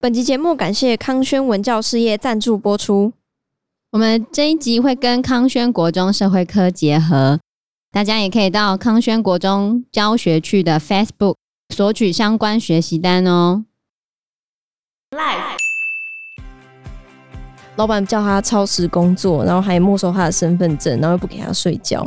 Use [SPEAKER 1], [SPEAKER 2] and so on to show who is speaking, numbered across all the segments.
[SPEAKER 1] 本集节目感谢康轩文教事业赞助播出。
[SPEAKER 2] 我们这一集会跟康轩国中社会科结合，大家也可以到康轩国中教学区的 Facebook 索取相关学习单哦。
[SPEAKER 1] 老板叫他超时工作，然后还没收他的身份证，然后又不给他睡觉。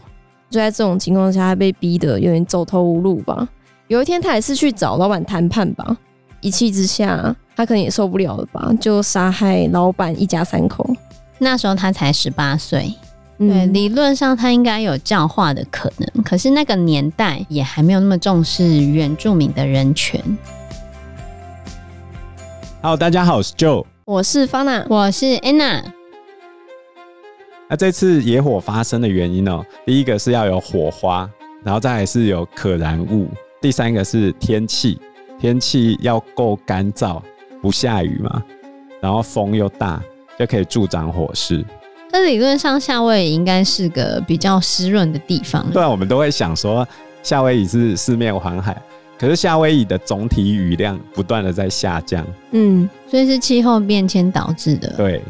[SPEAKER 1] 就在这种情况下，他被逼得有点走投无路吧。有一天，他也是去找老板谈判吧。一气之下，他可能也受不了了吧，就杀害老板一家三口。嗯
[SPEAKER 2] 那时候他才十八岁，对，理论上他应该有教化的可能，可是那个年代也还没有那么重视原住民的人权。
[SPEAKER 3] Hello，大家好，我是 Joe。
[SPEAKER 1] 我是方娜，
[SPEAKER 2] 我是 Anna，
[SPEAKER 3] 那这次野火发生的原因哦，第一个是要有火花，然后再来是有可燃物，第三个是天气，天气要够干燥，不下雨嘛，然后风又大，就可以助长火势。
[SPEAKER 2] 那理论上夏威夷应该是个比较湿润的地方，
[SPEAKER 3] 不然我们都会想说，夏威夷是四面环海，可是夏威夷的总体雨量不断的在下降。
[SPEAKER 1] 嗯，
[SPEAKER 2] 所以是气候变迁导致的。
[SPEAKER 3] 对，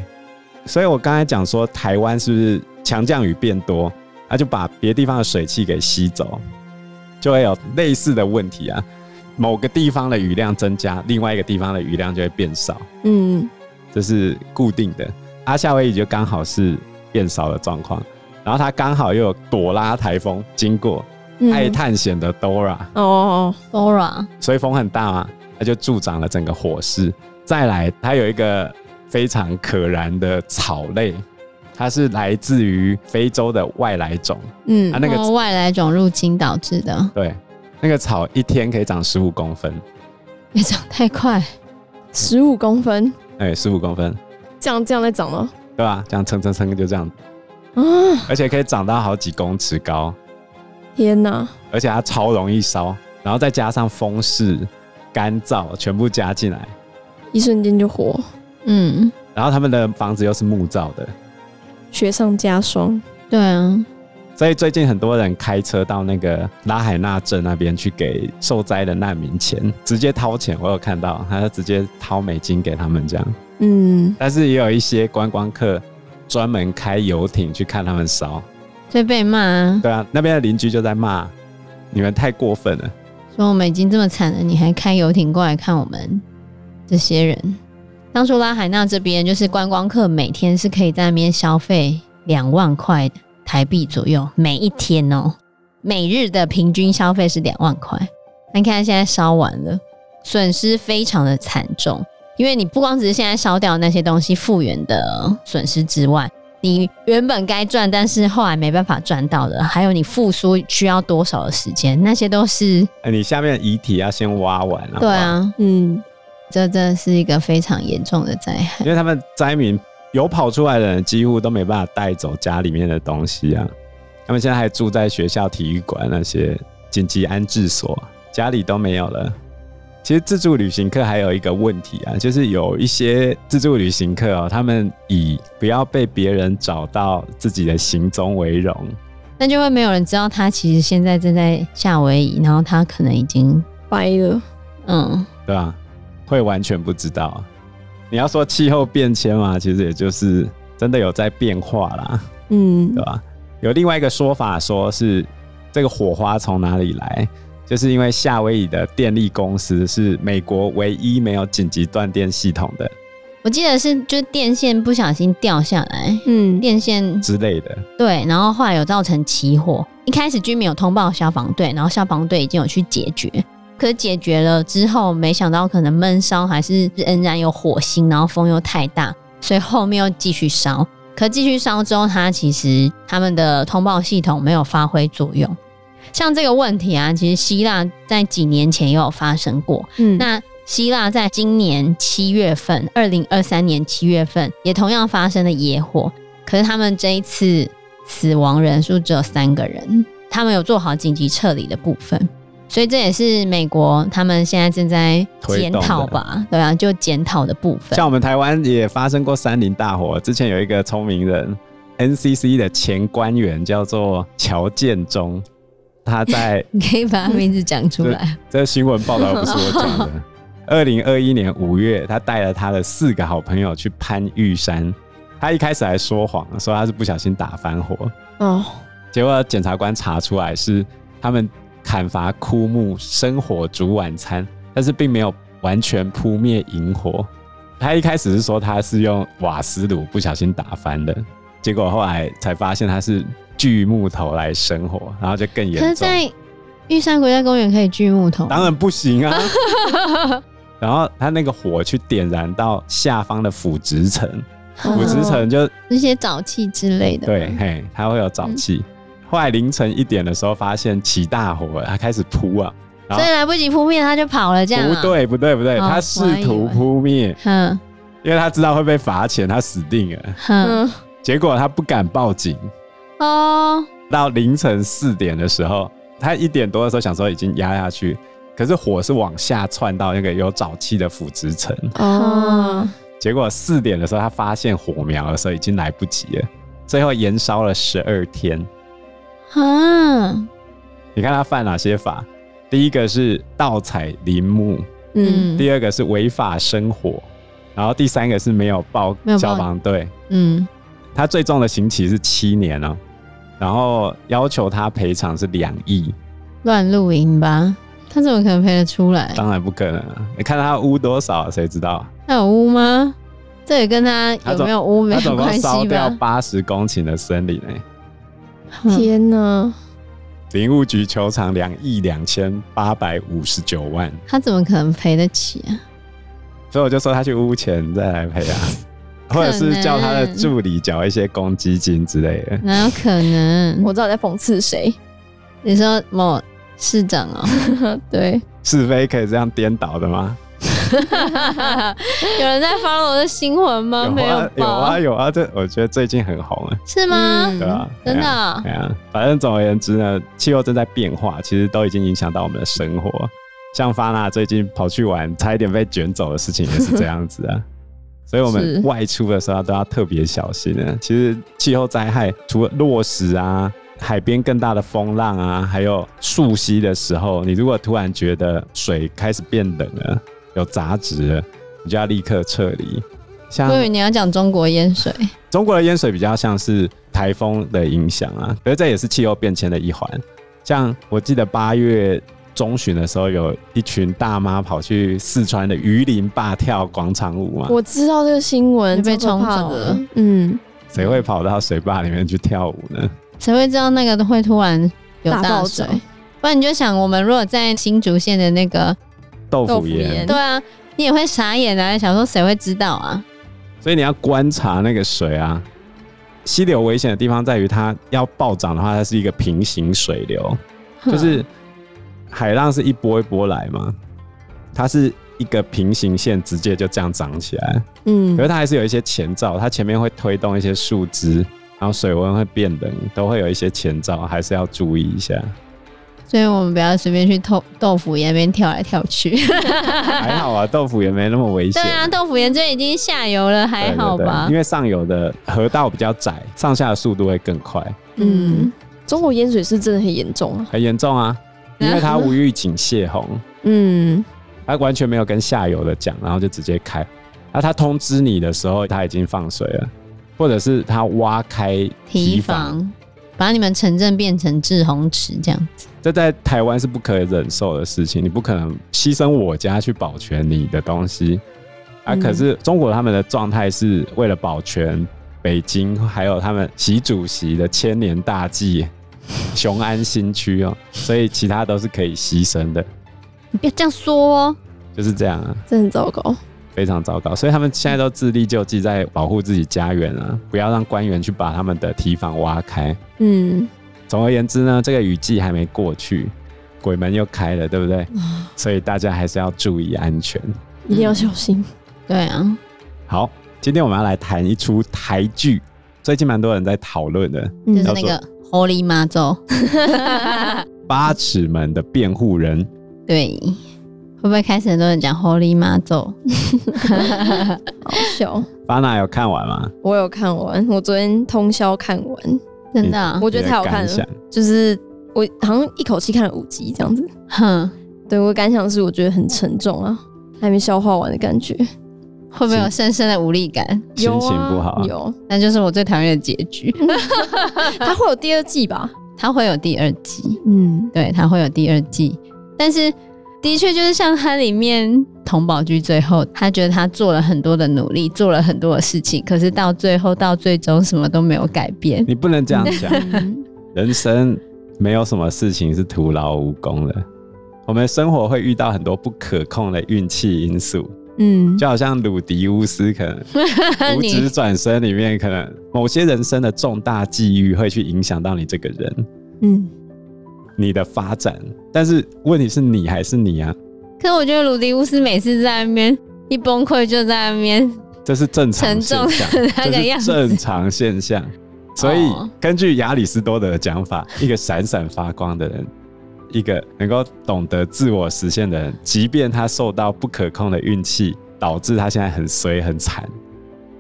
[SPEAKER 3] 所以我刚才讲说，台湾是不是强降雨变多，那、就把别地方的水汽给吸走，就会有类似的问题啊。某个地方的雨量增加，另外一个地方的雨量就会变少，
[SPEAKER 1] 嗯，
[SPEAKER 3] 这是固定的。阿夏威夷就刚好是变少的状况，然后它刚好又有朵拉台风经过，
[SPEAKER 1] 嗯
[SPEAKER 3] 爱探险的 Dora，、
[SPEAKER 1] 哦哦，
[SPEAKER 2] Dora，
[SPEAKER 3] 所以风很大嘛，它就助长了整个火势。再来，它有一个非常可燃的草类，它是来自于非洲的外来种。
[SPEAKER 1] 嗯
[SPEAKER 3] 啊那个
[SPEAKER 2] 哦外来种入侵导致的，
[SPEAKER 3] 对，那个草一天可以长十五公分，
[SPEAKER 2] 也长太快。
[SPEAKER 1] 十五公分，
[SPEAKER 3] 哎，十五公分，
[SPEAKER 1] 这样这样在长吗？
[SPEAKER 3] 对吧？这样蹭蹭蹭就这样，
[SPEAKER 1] 啊，
[SPEAKER 3] 而且可以长到好几公尺高，
[SPEAKER 1] 天哪！
[SPEAKER 3] 而且它超容易烧，然后再加上风势、干燥，全部加进来。
[SPEAKER 1] 一瞬间就火，
[SPEAKER 2] 嗯，
[SPEAKER 3] 然后他们的房子又是木造的，
[SPEAKER 1] 雪上加霜。
[SPEAKER 2] 对啊，
[SPEAKER 3] 所以最近很多人开车到那个拉海纳镇那边去给受灾的难民钱，直接掏钱。我有看到，他就直接掏美金给他们这样。
[SPEAKER 1] 嗯，
[SPEAKER 3] 但是也有一些观光客专门开游艇去看他们烧。
[SPEAKER 2] 所以被骂、啊，
[SPEAKER 3] 对啊，那边的邻居就在骂你们太过分了。
[SPEAKER 2] 说我们已经这么惨了，你还开游艇过来看我们这些人。当初拉海纳这边就是观光客每天是可以在那边消费两万块台币左右，每一天哦，每日的平均消费是两万块。那你看现在烧完了，损失非常的惨重，因为你不光只是现在烧掉那些东西复原的损失之外，你原本该赚，但是后来没办法赚到的，还有你复苏需要多少的时间，那些都是
[SPEAKER 3] 呃你下面的遗体要先挖完啊。
[SPEAKER 2] 对，啊，
[SPEAKER 1] 嗯，
[SPEAKER 2] 这真的是一个非常严重的灾害。
[SPEAKER 3] 因为他们灾民有跑出来的人，几乎都没办法带走家里面的东西啊。他们现在还住在学校体育馆那些紧急安置所，家里都没有了。其实自助旅行客还有一个问题啊，就是有一些自助旅行客哦，他们以不要被别人找到自己的行踪为荣。
[SPEAKER 2] 那就会没有人知道他其实现在正在夏威夷，然后他可能已经
[SPEAKER 1] 掰了。
[SPEAKER 2] 嗯，
[SPEAKER 3] 对吧、会完全不知道啊。你要说气候变迁嘛，其实也就是真的有在变化啦，
[SPEAKER 1] 嗯
[SPEAKER 3] 对吧、有另外一个说法，说是这个火花从哪里来，就是因为夏威夷的电力公司是美国唯一没有紧急断电系统的
[SPEAKER 2] 我记得是就是电线不小心掉下来，
[SPEAKER 1] 嗯，
[SPEAKER 2] 电线
[SPEAKER 3] 之类的。
[SPEAKER 2] 对，然后后来有造成起火。一开始居民有通报消防队，然后消防队已经有去解决，可是解决了之后，没想到可能闷烧还是仍然有火星，然后风又太大，所以后面又继续烧。可继续烧之后，它其实他们的通报系统没有发挥作用。像这个问题啊，其实希腊在几年前也有发生过，
[SPEAKER 1] 嗯
[SPEAKER 2] 那希腊在今年七月份，二零二三年七月份，也同样发生了野火，可是他们这一次死亡人数只有三个人，他们有做好紧急撤离的部分，所以这也是美国他们现在正在检讨吧，对啊，就检讨的部分。
[SPEAKER 3] 像我们台湾也发生过山林大火，之前有一个聪明人，NCC 的前官员叫做乔建中，他在
[SPEAKER 2] 你可以把他名字讲出来，
[SPEAKER 3] 这新闻报道又不是我讲的，二零二一年五月，他带了他的四个好朋友去攀玉山。他一开始还说谎，说他是不小心打翻火，
[SPEAKER 1] 哦，
[SPEAKER 3] 结果检察官查出来是他们砍伐枯木、生火煮晚餐，但是并没有完全扑灭引火。他一开始是说他是用瓦斯炉不小心打翻的，结果后来才发现他是锯木头来生火，然后就更严
[SPEAKER 2] 可是，
[SPEAKER 3] 重。
[SPEAKER 2] 在玉山国家公园可以锯木头，
[SPEAKER 3] 当然不行啊！然后他那个火去点燃到下方的腐殖层，腐殖层就
[SPEAKER 2] 哦那些沼气之类的。嗯
[SPEAKER 3] 对，，嘿，它会有沼气。后来凌晨一点的时候，发现起大火了，它开始扑啊，然后
[SPEAKER 2] 所以来不及扑灭，他就跑了，这样、啊。
[SPEAKER 3] 不，对，不对，不对，
[SPEAKER 2] 哦
[SPEAKER 3] 它试图扑灭，
[SPEAKER 2] 哼
[SPEAKER 3] 因为它知道会被罚钱，它死定了。
[SPEAKER 2] 哼、
[SPEAKER 1] 嗯，
[SPEAKER 3] 结果它不敢报警，
[SPEAKER 2] 哦，
[SPEAKER 3] 到凌晨四点的时候，它一点多的时候想说已经压下去，可是火是往下窜到那个有沼气的腐殖层。
[SPEAKER 1] 哦，
[SPEAKER 3] 结果四点的时候，他发现火苗的时候已经来不及了，最后延烧了十二天。
[SPEAKER 2] 啊，
[SPEAKER 3] 你看他犯哪些法？第一个是盗采林木，
[SPEAKER 1] 嗯，
[SPEAKER 2] 嗯
[SPEAKER 3] 第二个是违法生火，然后第三个是没有报
[SPEAKER 2] 没有报
[SPEAKER 3] 消防队。
[SPEAKER 2] 嗯，
[SPEAKER 3] 他最重的刑期是七年哦，然后要求他赔偿是两亿，
[SPEAKER 2] 乱露营吧，他怎么可能赔得出来？
[SPEAKER 3] 当然不可能啊！你看他污多少，啊谁知道？
[SPEAKER 2] 他有污吗？这也跟他
[SPEAKER 3] 他
[SPEAKER 2] 有
[SPEAKER 3] 总
[SPEAKER 2] 没有污没有
[SPEAKER 3] 他总共
[SPEAKER 2] 关
[SPEAKER 3] 烧
[SPEAKER 2] 系
[SPEAKER 3] 掉
[SPEAKER 2] 吧？
[SPEAKER 3] 八十公顷的森林哎诶、
[SPEAKER 2] 嗯
[SPEAKER 1] 天哪，
[SPEAKER 3] 林务局球场两亿两千八百五十九万。
[SPEAKER 2] 他怎么可能赔得起啊？
[SPEAKER 3] 所以我就说他去污钱再来赔啊，或者是叫他的助理缴一些公积金之类的。
[SPEAKER 2] 哪有可能？
[SPEAKER 1] 嗯我知道你在讽刺谁，
[SPEAKER 2] 你说某市长 哦，
[SPEAKER 1] 对，
[SPEAKER 3] 是非可以这样颠倒的吗？
[SPEAKER 2] 有人在 follow 我的新闻吗？呃没
[SPEAKER 3] 啊，
[SPEAKER 2] 吧？
[SPEAKER 3] 有啊，有啊，这我觉得最近很红啊。
[SPEAKER 2] 是吗？
[SPEAKER 1] 嗯
[SPEAKER 3] 对啊，
[SPEAKER 2] 真的哦、
[SPEAKER 3] 哎呀，反正总而言之呢，气候正在变化，其实都已经影响到我们的生活。像发娜最近跑去玩，差一点被卷走的事情也是这样子啊。所以我们
[SPEAKER 1] 是
[SPEAKER 3] 外出的时候都要特别小心啊。其实气候灾害除了落石啊、海边更大的风浪啊，还有溯溪的时候，你如果突然觉得水开始变冷了，有杂质了，你就要立刻撤离。像
[SPEAKER 2] 我以为你要讲中国淹水，
[SPEAKER 3] 中国的淹水比较像是台风的影响啊，可是这也是气候变迁的一环。像我记得八月中旬的时候，有一群大妈跑去四川的榆林坝跳广场舞嘛，
[SPEAKER 1] 我知道这个新闻
[SPEAKER 2] 就被
[SPEAKER 1] 超可怕
[SPEAKER 2] 冲走
[SPEAKER 1] 的
[SPEAKER 2] 了，
[SPEAKER 1] 嗯，
[SPEAKER 3] 谁会跑到水坝里面去跳舞呢？
[SPEAKER 2] 谁会知道那个会突然有
[SPEAKER 1] 大
[SPEAKER 2] 大
[SPEAKER 1] 暴
[SPEAKER 2] 水
[SPEAKER 1] 走？
[SPEAKER 2] 不然你就想，我们如果在新竹县的那个，
[SPEAKER 3] 豆
[SPEAKER 1] 豆
[SPEAKER 3] 腐
[SPEAKER 1] 腐
[SPEAKER 3] 岩
[SPEAKER 1] 岩，
[SPEAKER 2] 对啊，你也会傻眼啊，想说谁会知道啊？
[SPEAKER 3] 所以你要观察那个水啊。溪流危险的地方在于，它要暴涨的话，它是一个平行水流，就是海浪是一波一波来嘛，它是一个平行线，直接就这样涨起来。
[SPEAKER 1] 嗯
[SPEAKER 3] 可是它还是有一些前兆，它前面会推动一些树枝，然后水温会变冷，都会有一些前兆，还是要注意 一下。
[SPEAKER 2] 所以我们不要随便去豆豆腐岩那边跳来跳 去。
[SPEAKER 3] 还好啊，豆腐也没那么危
[SPEAKER 2] 对
[SPEAKER 3] 险。
[SPEAKER 2] 啊，豆腐岩就已经下游了，
[SPEAKER 3] 对
[SPEAKER 2] 还
[SPEAKER 3] 对
[SPEAKER 2] 好
[SPEAKER 3] 对
[SPEAKER 2] 吧
[SPEAKER 3] 因？为上游的河道比较窄，上下的速度会更快，
[SPEAKER 1] 嗯，中国淹水是真的很严重啊，
[SPEAKER 3] 很严重啊。因为它无预警泄 洪，
[SPEAKER 1] 嗯，
[SPEAKER 3] 它完全没有跟下游的讲，然后就直接开。那它通知你的时候，它已经放水了，或者是它挖开
[SPEAKER 2] 提防，把你们城镇变成滞洪池这样子。
[SPEAKER 3] 这在台湾是不可忍受的事情，你不可能牺牲我家去保全你的东西啊！
[SPEAKER 1] 嗯
[SPEAKER 3] 可是中国他们的状态是为了保全北京，还有他们习主席的千年大计雄安新区哦，所以其他都是可以牺牲的，
[SPEAKER 2] 你不要这样说哦。
[SPEAKER 3] 就是这样啊，
[SPEAKER 1] 这很糟糕，
[SPEAKER 3] 非常糟糕。所以他们现在都自力救济，在保护自己家园啊，不要让官员去把他们的堤防挖开。
[SPEAKER 1] 嗯，
[SPEAKER 3] 总而言之呢，这个雨季还没过去，鬼门又开了，对不对？所以大家还是要注意安全。
[SPEAKER 1] 一定要小心，
[SPEAKER 2] 对啊，
[SPEAKER 3] 好，今天我们要来谈一出台剧，最近蛮多人在讨论的《
[SPEAKER 1] 嗯
[SPEAKER 2] 就是那个 Holy 妈咒。
[SPEAKER 3] 八尺门的辩护人》。
[SPEAKER 2] 对，会不会开始很多人讲 Holy 妈咒？
[SPEAKER 1] 嗯好笑。
[SPEAKER 3] 巴娜有看完吗？
[SPEAKER 1] 我有看完，我昨天通宵看完，
[SPEAKER 2] 真的、啊？
[SPEAKER 1] 我觉得太好看
[SPEAKER 3] 你的感
[SPEAKER 1] 了
[SPEAKER 3] 想，
[SPEAKER 1] 就是我
[SPEAKER 2] 嗯
[SPEAKER 1] 好像一口气看了五集这样子。
[SPEAKER 2] 哼，
[SPEAKER 1] 对我的感想是，我觉得很沉重啊，还没消化完的感觉，
[SPEAKER 2] 会不会有深深的无力感？
[SPEAKER 3] 心
[SPEAKER 1] 有
[SPEAKER 3] 情不好啊
[SPEAKER 1] 啊，有，
[SPEAKER 2] 那就是我最讨厌的结 局。
[SPEAKER 1] 它会有第二季吧？
[SPEAKER 2] 它会有第二季，
[SPEAKER 1] 嗯，
[SPEAKER 2] 对，它会有第二季。但是的确就是像它里面童宝驹最后，他觉得他做了很多的努力，做了很多的事情，可是到最后到最终什么都没有改 变。
[SPEAKER 3] 你不能这样 讲，人生没有什么事情是徒劳无功的。我们生活会遇到很多不可控的运气因素，
[SPEAKER 1] 嗯，
[SPEAKER 3] 就好像鲁迪乌斯可能《五指
[SPEAKER 2] 你
[SPEAKER 3] 转身》里面，可能某些人生的重大际遇会去影响到你这个人、
[SPEAKER 1] 嗯，
[SPEAKER 3] 你的发展。但是问题是你还是你啊，
[SPEAKER 2] 可是我觉得鲁迪乌斯每次在那边一崩溃就在那边，
[SPEAKER 3] 这是正常现象
[SPEAKER 2] 沉重的，那个
[SPEAKER 3] 这
[SPEAKER 2] 样
[SPEAKER 3] 是
[SPEAKER 2] 子
[SPEAKER 3] 正常现象。所以
[SPEAKER 2] 哦
[SPEAKER 3] 根据亚里士多德的讲法，一个闪闪发光的人，一个能够懂得自我实现的人，即便他受到不可控的运气，导致他现在很衰很惨，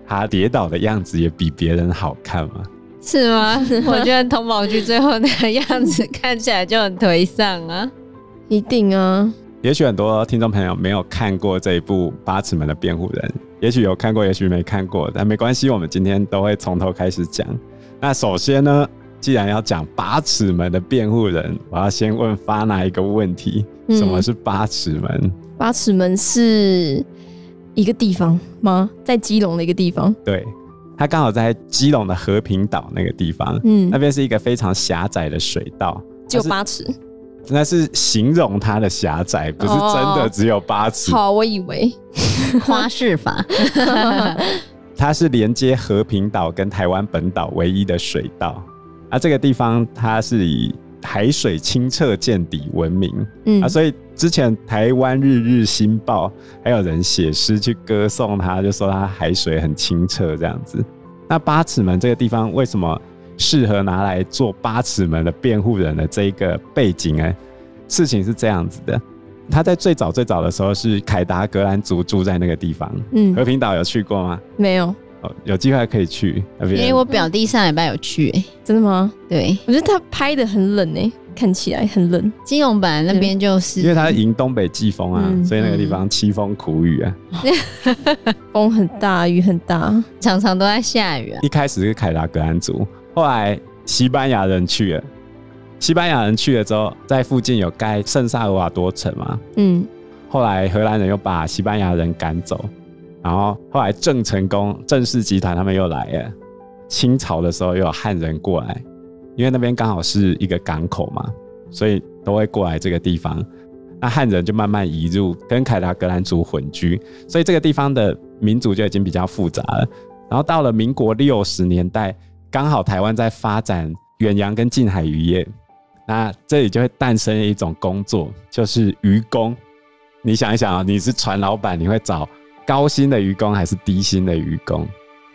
[SPEAKER 3] 他跌倒的样子也比别人好看嘛。
[SPEAKER 2] 是 吗？我觉得童宝驹最后那个样子看起来就很颓丧啊。
[SPEAKER 1] 一定啊，
[SPEAKER 3] 也许很多听众朋友没有看过这一部《八尺门的辩护人》，也许有看过，也许没看过，但没关系，我们今天都会从头开始讲。那首先呢，既然要讲八尺门的辩护人，我要先问发那一个问题：
[SPEAKER 1] 嗯
[SPEAKER 3] 什么是八尺门？
[SPEAKER 1] 八尺门是一个地方吗？在基隆的一个地方，
[SPEAKER 3] 对，它刚好在基隆的和平岛那个地方，
[SPEAKER 1] 嗯
[SPEAKER 3] 那，边是一个非常狭窄的水道，
[SPEAKER 1] 只有
[SPEAKER 3] 它是
[SPEAKER 1] 八尺。
[SPEAKER 3] 那是形容它的狭窄，不是真的
[SPEAKER 1] 哦
[SPEAKER 3] 只有八尺
[SPEAKER 1] 好，我以为，
[SPEAKER 2] 花式法，
[SPEAKER 3] 它是连接和平岛跟台湾本岛唯一的水道。啊，这个地方它是以海水清澈见底闻名、
[SPEAKER 1] 嗯
[SPEAKER 3] 啊，所以之前台湾日日新报还有人写诗去歌颂它，就说它海水很清澈这样子。那八尺门这个地方为什么适合拿来做八尺门的辩护人的这一个背景呢？事情是这样子的，他在最早最早的时候是凯达格兰族住在那个地方。
[SPEAKER 1] 嗯
[SPEAKER 3] 和，平岛有去过吗？
[SPEAKER 1] 没有，
[SPEAKER 3] 哦，有机会可以去那
[SPEAKER 2] 因
[SPEAKER 3] 边。
[SPEAKER 2] 为我表弟上礼拜有去、欸，
[SPEAKER 1] 真的吗？
[SPEAKER 2] 对，
[SPEAKER 1] 我觉得他拍的很冷诶、欸看起来很冷。
[SPEAKER 2] 基隆本来那边就是，
[SPEAKER 3] 因为它迎东北季风啊，
[SPEAKER 1] 嗯
[SPEAKER 3] 所以那个地方凄风苦雨啊。
[SPEAKER 1] 风很大，雨很大，
[SPEAKER 2] 常常都在下雨啊。
[SPEAKER 3] 一开始是凯达格兰族，后来西班牙人去了。西班牙人去了之后，在附近有盖圣萨尔瓦多城嘛。
[SPEAKER 1] 嗯，
[SPEAKER 3] 后来荷兰人又把西班牙人赶走，然后后来郑成功、郑氏集团他们又来了。清朝的时候又有汉人过来，因为那边刚好是一个港口嘛，所以都会过来这个地方。那汉人就慢慢移入，跟凯达格兰族混居，所以这个地方的民族就已经比较复杂了。然后到了民国六十年代，刚好台湾在发展远洋跟近海渔业，那这里就会诞生一种工作，就是渔工。你想一想啊，你是船老板，你会找高薪的渔工还是低薪的渔工？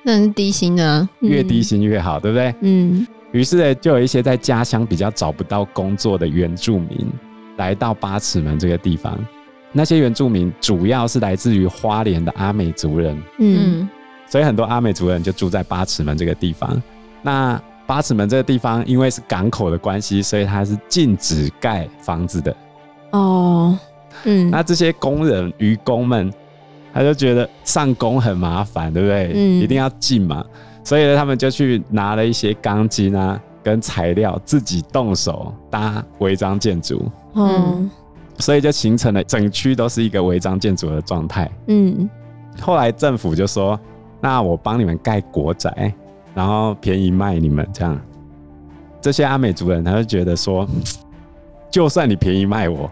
[SPEAKER 2] 那是低薪的啊，
[SPEAKER 1] 嗯
[SPEAKER 3] 越低，薪越好，对不对？
[SPEAKER 1] 嗯
[SPEAKER 3] 于是呢，就有一些在家乡比较找不到工作的原住民，来到八尺门这个地方。那些原住民主要是来自于花莲的阿美族人，
[SPEAKER 1] 嗯
[SPEAKER 2] 嗯，
[SPEAKER 3] 所以很多阿美族人就住在八尺门这个地方。那八尺门这个地方因为是港口的关系，所以它是禁止盖房子的。
[SPEAKER 1] 哦，嗯
[SPEAKER 3] 那这些工人渔工们，他就觉得上工很麻烦，对不对？
[SPEAKER 1] 嗯
[SPEAKER 3] 一定要进嘛，所以呢，他们就去拿了一些钢筋啊跟材料，自己动手搭违章建筑，
[SPEAKER 1] 哦
[SPEAKER 3] 所以就形成了整区都是一个违章建筑的状态。
[SPEAKER 1] 嗯
[SPEAKER 3] 后来政府就说：“那我帮你们盖国宅，然后便宜卖你们这样。”这些阿美族人他就觉得说，就算你便宜卖我，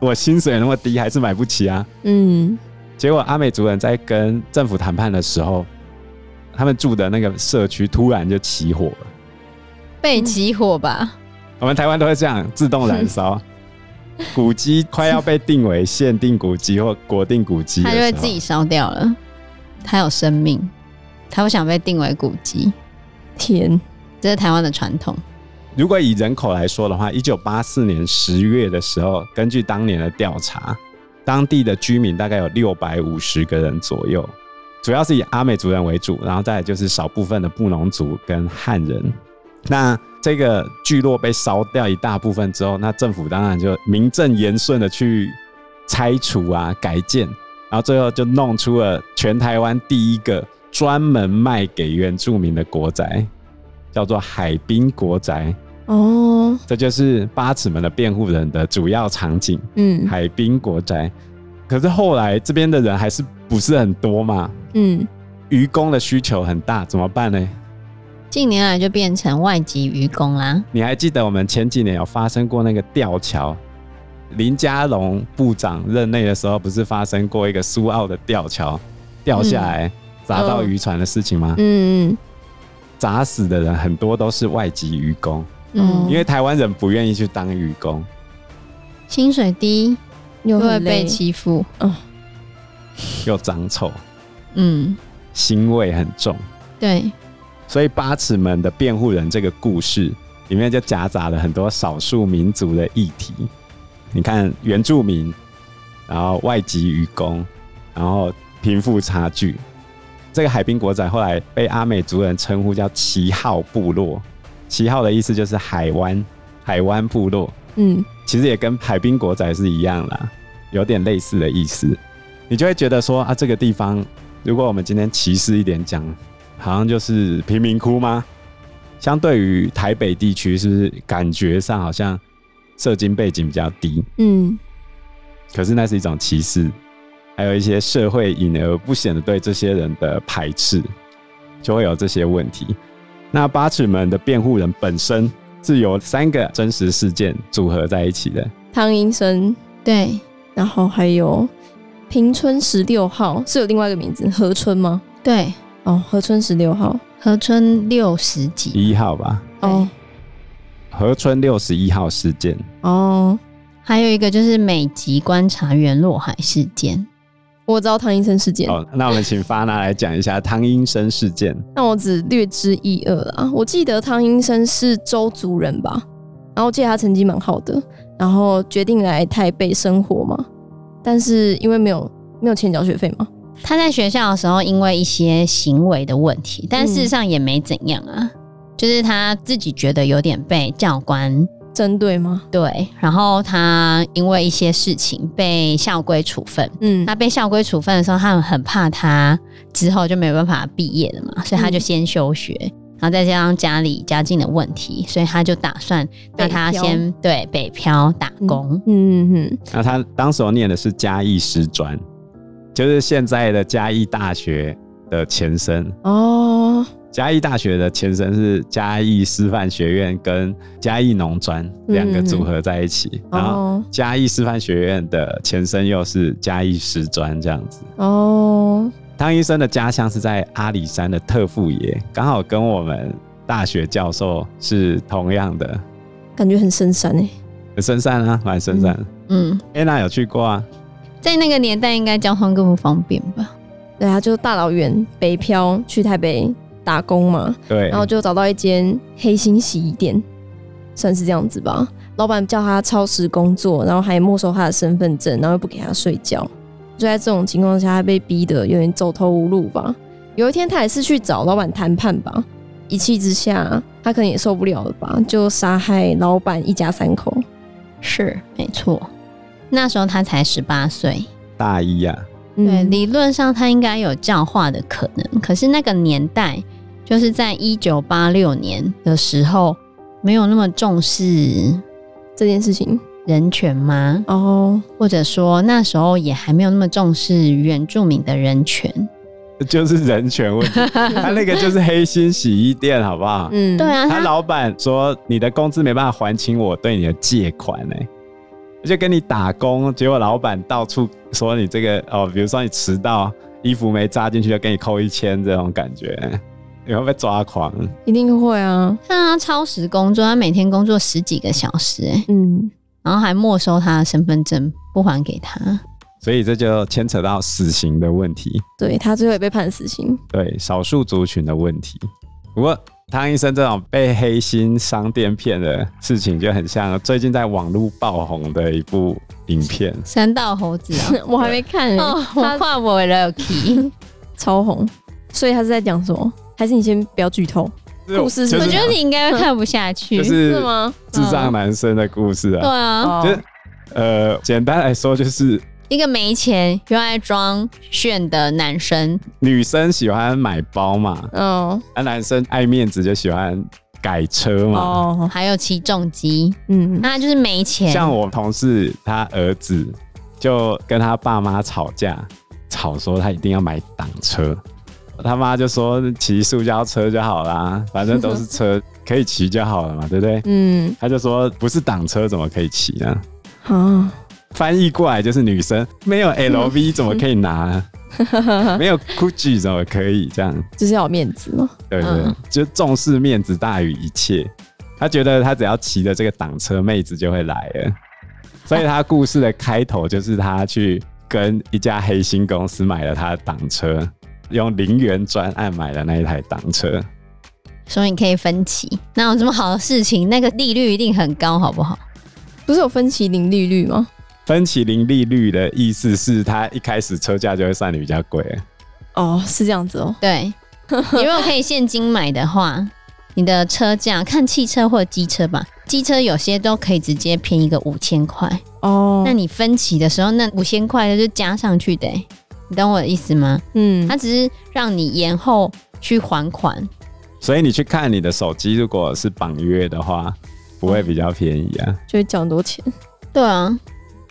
[SPEAKER 3] 我薪水那么低，还是买不起啊。
[SPEAKER 1] 嗯
[SPEAKER 3] 结果阿美族人在跟政府谈判的时候，他们住的那个社区突然就起火了。
[SPEAKER 2] 被起火吧？
[SPEAKER 3] 我们台湾都会这样自动燃 烧。古迹快要被定为限定古迹或国定古迹的
[SPEAKER 2] 它
[SPEAKER 3] 时
[SPEAKER 2] 就
[SPEAKER 3] 候，
[SPEAKER 2] 会自己烧掉了。它有生命，它不想被定为古迹，
[SPEAKER 1] 天，
[SPEAKER 2] 这是台湾的传统。
[SPEAKER 3] 如果以人口来说的话，一九八四年十月的时候，根据当年的调查，当地的居民大概有六百五十个人左右，主要是以阿美族人为主，然后再来就是少部分的布农族跟汉人。那这个聚落被烧掉一大部分之后，那政府当然就名正言顺的去拆除啊、改建。然后最后就弄出了全台湾第一个专门卖给原住民的国宅，叫做海滨国宅。
[SPEAKER 1] 哦，
[SPEAKER 3] 这就是八尺门的辩护人的主要场景，
[SPEAKER 1] 嗯
[SPEAKER 3] 海滨国宅。可是后来这边的人还是不是很多嘛，
[SPEAKER 1] 嗯，
[SPEAKER 3] 渔工的需求很大，怎么办呢？
[SPEAKER 2] 近年来就变成外籍渔工啦。
[SPEAKER 3] 你还记得我们前几年有发生过那个吊桥？林佳龙部长任内的时候，不是发生过一个苏澳的吊桥掉下来、砸到渔船的事情吗？
[SPEAKER 1] 嗯
[SPEAKER 3] 砸死的人很多都是外籍渔工，
[SPEAKER 1] 嗯
[SPEAKER 2] 嗯，
[SPEAKER 3] 因为台湾人不愿意去当渔工。
[SPEAKER 2] 薪水低
[SPEAKER 1] 嗯，又
[SPEAKER 2] 就会
[SPEAKER 1] 很
[SPEAKER 2] 被
[SPEAKER 1] 累，
[SPEAKER 2] 欺负。
[SPEAKER 3] 又脏臭，
[SPEAKER 2] 嗯，
[SPEAKER 3] 腥味很重。
[SPEAKER 2] 对，
[SPEAKER 3] 所以八尺门的辩护人这个故事里面就夹杂了很多少数民族的议题。你看原住民，然后外籍渔工，然后贫富差距。这个海滨国仔后来被阿美族人称呼叫旗号部落，旗号的意思就是海湾，海湾部落。
[SPEAKER 1] 嗯
[SPEAKER 3] 其实也跟海滨国仔是一样啦，有点类似的意思。你就会觉得说啊，这个地方，如果我们今天歧视一点讲，好像就是贫民窟吗？相对于台北地区，是不是感觉上好像社经背景比较低？
[SPEAKER 1] 嗯
[SPEAKER 3] 可是那是一种歧视，还有一些社会隐而不显的对这些人的排斥，就会有这些问题。那八尺门的辩护人本身是由三个真实事件组合在一起的，
[SPEAKER 1] 汤医生，
[SPEAKER 2] 对，
[SPEAKER 1] 然后还有平村十六号是有另外一个名字，河村吗？
[SPEAKER 2] 对，
[SPEAKER 1] 哦，河村十六号，
[SPEAKER 2] 河村六十集。
[SPEAKER 3] 一号吧，
[SPEAKER 1] 哦
[SPEAKER 2] 哦，
[SPEAKER 3] 河村六十一号事件。
[SPEAKER 1] 哦，
[SPEAKER 2] 还有一个就是美籍观察员落海事件。
[SPEAKER 1] 我知道汤医生事件，
[SPEAKER 3] 哦，那我们请发娜来讲一下汤英生事件。
[SPEAKER 1] 但我只略知一二啦。我记得汤英生是周族人吧，然后我记得他成绩蛮好的，然后决定来台北生活嘛，但是因为没有没有钱缴学费嘛，
[SPEAKER 2] 他在学校的时候，因为一些行为的问题，但事实上也没怎样啊，就是他自己觉得有点被教官
[SPEAKER 1] 针对吗？
[SPEAKER 2] 对，然后他因为一些事情被校规处分。
[SPEAKER 1] 嗯
[SPEAKER 2] 他被校规处分的时候，他们很怕他之后就没有办法毕业了嘛，所以他就先休学，然后再加上家里家境的问题，所以他就打算让他
[SPEAKER 1] 北漂
[SPEAKER 2] 先对北漂打工。
[SPEAKER 1] 嗯嗯
[SPEAKER 3] 那他当时候念的是嘉义师专，就是现在的嘉义大学的前身。
[SPEAKER 1] 嗯，哦，
[SPEAKER 3] 嘉义大学的前身是嘉义师范学院跟嘉义农专两个组合在一起，然后
[SPEAKER 1] 哦
[SPEAKER 3] 嘉义师范学院的前身又是嘉义师专这样子。
[SPEAKER 1] 哦，
[SPEAKER 3] 汤医生的家乡是在阿里山的特富野，刚好跟我们大学教授是同样的，
[SPEAKER 1] 感觉很深山哎、
[SPEAKER 3] 很深山啊，蛮深山。
[SPEAKER 2] 嗯，
[SPEAKER 3] 安娜有去过啊？
[SPEAKER 2] 在那个年代应该交通更不方便吧？
[SPEAKER 1] 对啊，就大老远北漂去台北打工嘛，
[SPEAKER 3] 对，
[SPEAKER 2] 哦
[SPEAKER 1] 然后就找到一间黑心洗衣店，算是这样子吧。老板叫他超时工作，然后还没收他的身份证，然后又不给他睡觉。就在这种情况下，他被逼得有点走投无路吧。有一天，他也是去找老板谈判吧。一气之下，他可能也受不了了吧，就杀害老板一家三口。
[SPEAKER 2] 是，没错。那时候他才十八岁，
[SPEAKER 3] 大一啊，
[SPEAKER 2] 对，
[SPEAKER 1] 嗯，
[SPEAKER 2] 理论上他应该有教化的可能，可是那个年代，就是在一九八六年的时候，没有那么重视
[SPEAKER 1] 这件事情
[SPEAKER 2] 人权吗？
[SPEAKER 1] 哦，
[SPEAKER 2] 或者说那时候也还没有那么重视原住民的人权？
[SPEAKER 3] 就是人 权问题。他那个就是黑心洗衣店，好不好？
[SPEAKER 1] 嗯，
[SPEAKER 2] 对，啊，
[SPEAKER 3] 他
[SPEAKER 2] 他
[SPEAKER 3] 老板说你的工资没办法还清我对你的借款哎、我就跟你打工，结果老板到处说你这个哦，比如说你迟到，衣服没扎进去就给你扣一千这种感觉，你会不会抓狂？
[SPEAKER 1] 一定会啊，
[SPEAKER 2] 看他超时工作，他每天工作十几个小时、欸，
[SPEAKER 1] 嗯，
[SPEAKER 2] 然后还没收他的身份证，不还给他。
[SPEAKER 3] 所以这就牵扯到死刑的问题，
[SPEAKER 1] 对他最后也被判死刑，
[SPEAKER 3] 对少数族群的问题。不过汤医生这种被黑心商店骗的事情，就很像最近在网络爆红的一部影片。
[SPEAKER 2] 三道猴子啊！
[SPEAKER 1] 我还没看、欸，
[SPEAKER 2] 哦，
[SPEAKER 1] 他
[SPEAKER 2] 我怕我 lucky，
[SPEAKER 1] 超红，所以他是在讲什么？还是你先不要剧透？故事是
[SPEAKER 3] 就
[SPEAKER 2] 我觉得你应该看不下去。
[SPEAKER 3] 就是
[SPEAKER 1] 是吗？嗯
[SPEAKER 3] 智障男生的故事啊。
[SPEAKER 2] 对啊，
[SPEAKER 1] 哦
[SPEAKER 3] 就是呃，简单来说就是
[SPEAKER 2] 一一个没钱又爱装炫的男生，
[SPEAKER 3] 女生喜欢买包嘛，
[SPEAKER 1] 哦
[SPEAKER 3] 啊，男生爱面子就喜欢改车嘛。
[SPEAKER 1] 哦，
[SPEAKER 2] 还有起重机，
[SPEAKER 1] 嗯，
[SPEAKER 2] 那他就是没钱。
[SPEAKER 3] 像我同事他儿子就跟他爸妈吵架，吵说他一定要买挡车，他妈就说骑塑胶车就好啦，反正都是车，可以骑就好了嘛，对不对？
[SPEAKER 1] 嗯，
[SPEAKER 3] 他就说不是挡车怎么可以骑呢？
[SPEAKER 1] 好，
[SPEAKER 3] 翻译过来就是女生没有 LV 怎么可以拿呢？没有 GUCCI 怎么可以这样？
[SPEAKER 1] 就是要有面子嘛。
[SPEAKER 3] 对对对
[SPEAKER 2] 嗯
[SPEAKER 3] 就重视面子大于一切。他觉得他只要骑着这个挡车，妹子就会来了。所以他故事的开头就是他去跟一家黑心公司买了他的挡车，用零元专案买了那一台挡车。
[SPEAKER 2] 所以你可以分期。哪有这么好的事情？那个利率一定很高，好不好？
[SPEAKER 1] 不是有分期零利率吗？
[SPEAKER 3] 分期零利率的意思是他一开始车价就会算的比较贵。
[SPEAKER 1] 哦，是这样子哦。
[SPEAKER 2] 对，你如果可以现金买的话，你的车价看汽车或者机车吧，机车有些都可以直接便宜个五千块。
[SPEAKER 1] 哦
[SPEAKER 2] 那，你分期的时候，那五千块就是加上去的欸、你懂我的意思吗？
[SPEAKER 1] 嗯
[SPEAKER 2] 它只是让你延后去还款，
[SPEAKER 3] 所以你去看你的手机，如果是绑约的话，不会比较便宜啊。
[SPEAKER 1] 就会讲多钱。
[SPEAKER 2] 对啊，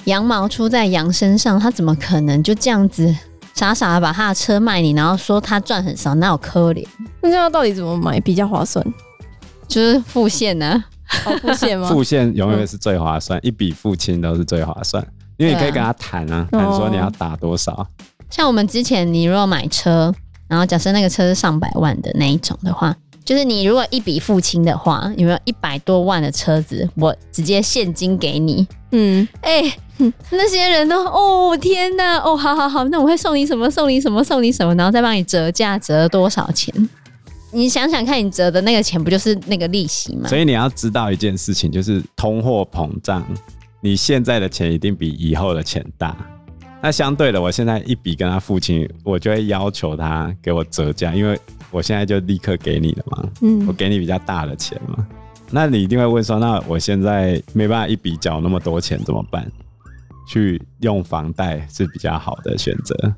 [SPEAKER 2] 羊毛出在羊身上，他怎么可能就这样子傻傻的把他的车卖你，然后说他赚很少，哪有可怜？
[SPEAKER 1] 那这样到底怎么买比较划算？
[SPEAKER 2] 就是付现啊呢、
[SPEAKER 1] 哦， 付现吗？
[SPEAKER 3] 付现永远是最划算，一笔付清都是最划算，因为你可以跟他谈啊，谈、说你要打多少，
[SPEAKER 2] 像我们之前，你如果买车，然后假设那个车是上百万的那一种的话，就是你如果一笔付清的话，有没有一百多万的车子，我直接现金给你？
[SPEAKER 1] 嗯，
[SPEAKER 2] 哎、那些人都哦天哪，哦好好好，那我会送你什么送你什么送你什么，然后再帮你折价折多少钱？你想想看，你折的那个钱不就是那个利息吗？
[SPEAKER 3] 所以你要知道一件事情，就是通货膨胀，你现在的钱一定比以后的钱大。那相对的，我现在一笔跟他付清，我就会要求他给我折价，因为我现在就立刻给你了嘛，
[SPEAKER 1] 嗯
[SPEAKER 3] 我给你比较大的钱嘛。那你一定会问说，那我现在没办法一笔缴那么多钱怎么办？去用房贷是比较好的选择。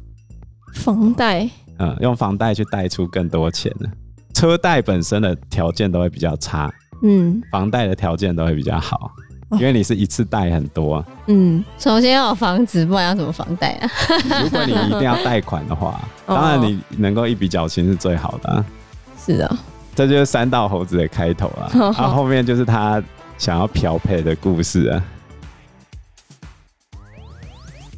[SPEAKER 1] 房贷
[SPEAKER 3] 嗯，用房贷去贷出更多钱呢。车贷本身的条件都会比较差，
[SPEAKER 1] 嗯
[SPEAKER 3] 房贷的条件都会比较好，
[SPEAKER 1] 哦
[SPEAKER 3] 因为你是一次贷 很多。
[SPEAKER 1] 嗯，
[SPEAKER 2] 首先要有房子，不然要怎么房贷啊？
[SPEAKER 3] 如果你一定要贷款的话，
[SPEAKER 1] 哦
[SPEAKER 3] 当然你能够一笔缴清是最好的啊、
[SPEAKER 1] 是啊，
[SPEAKER 3] 这就是三道猴子的开头 啊，然
[SPEAKER 1] 哦
[SPEAKER 3] 后后面就是他想要漂配的故事啊。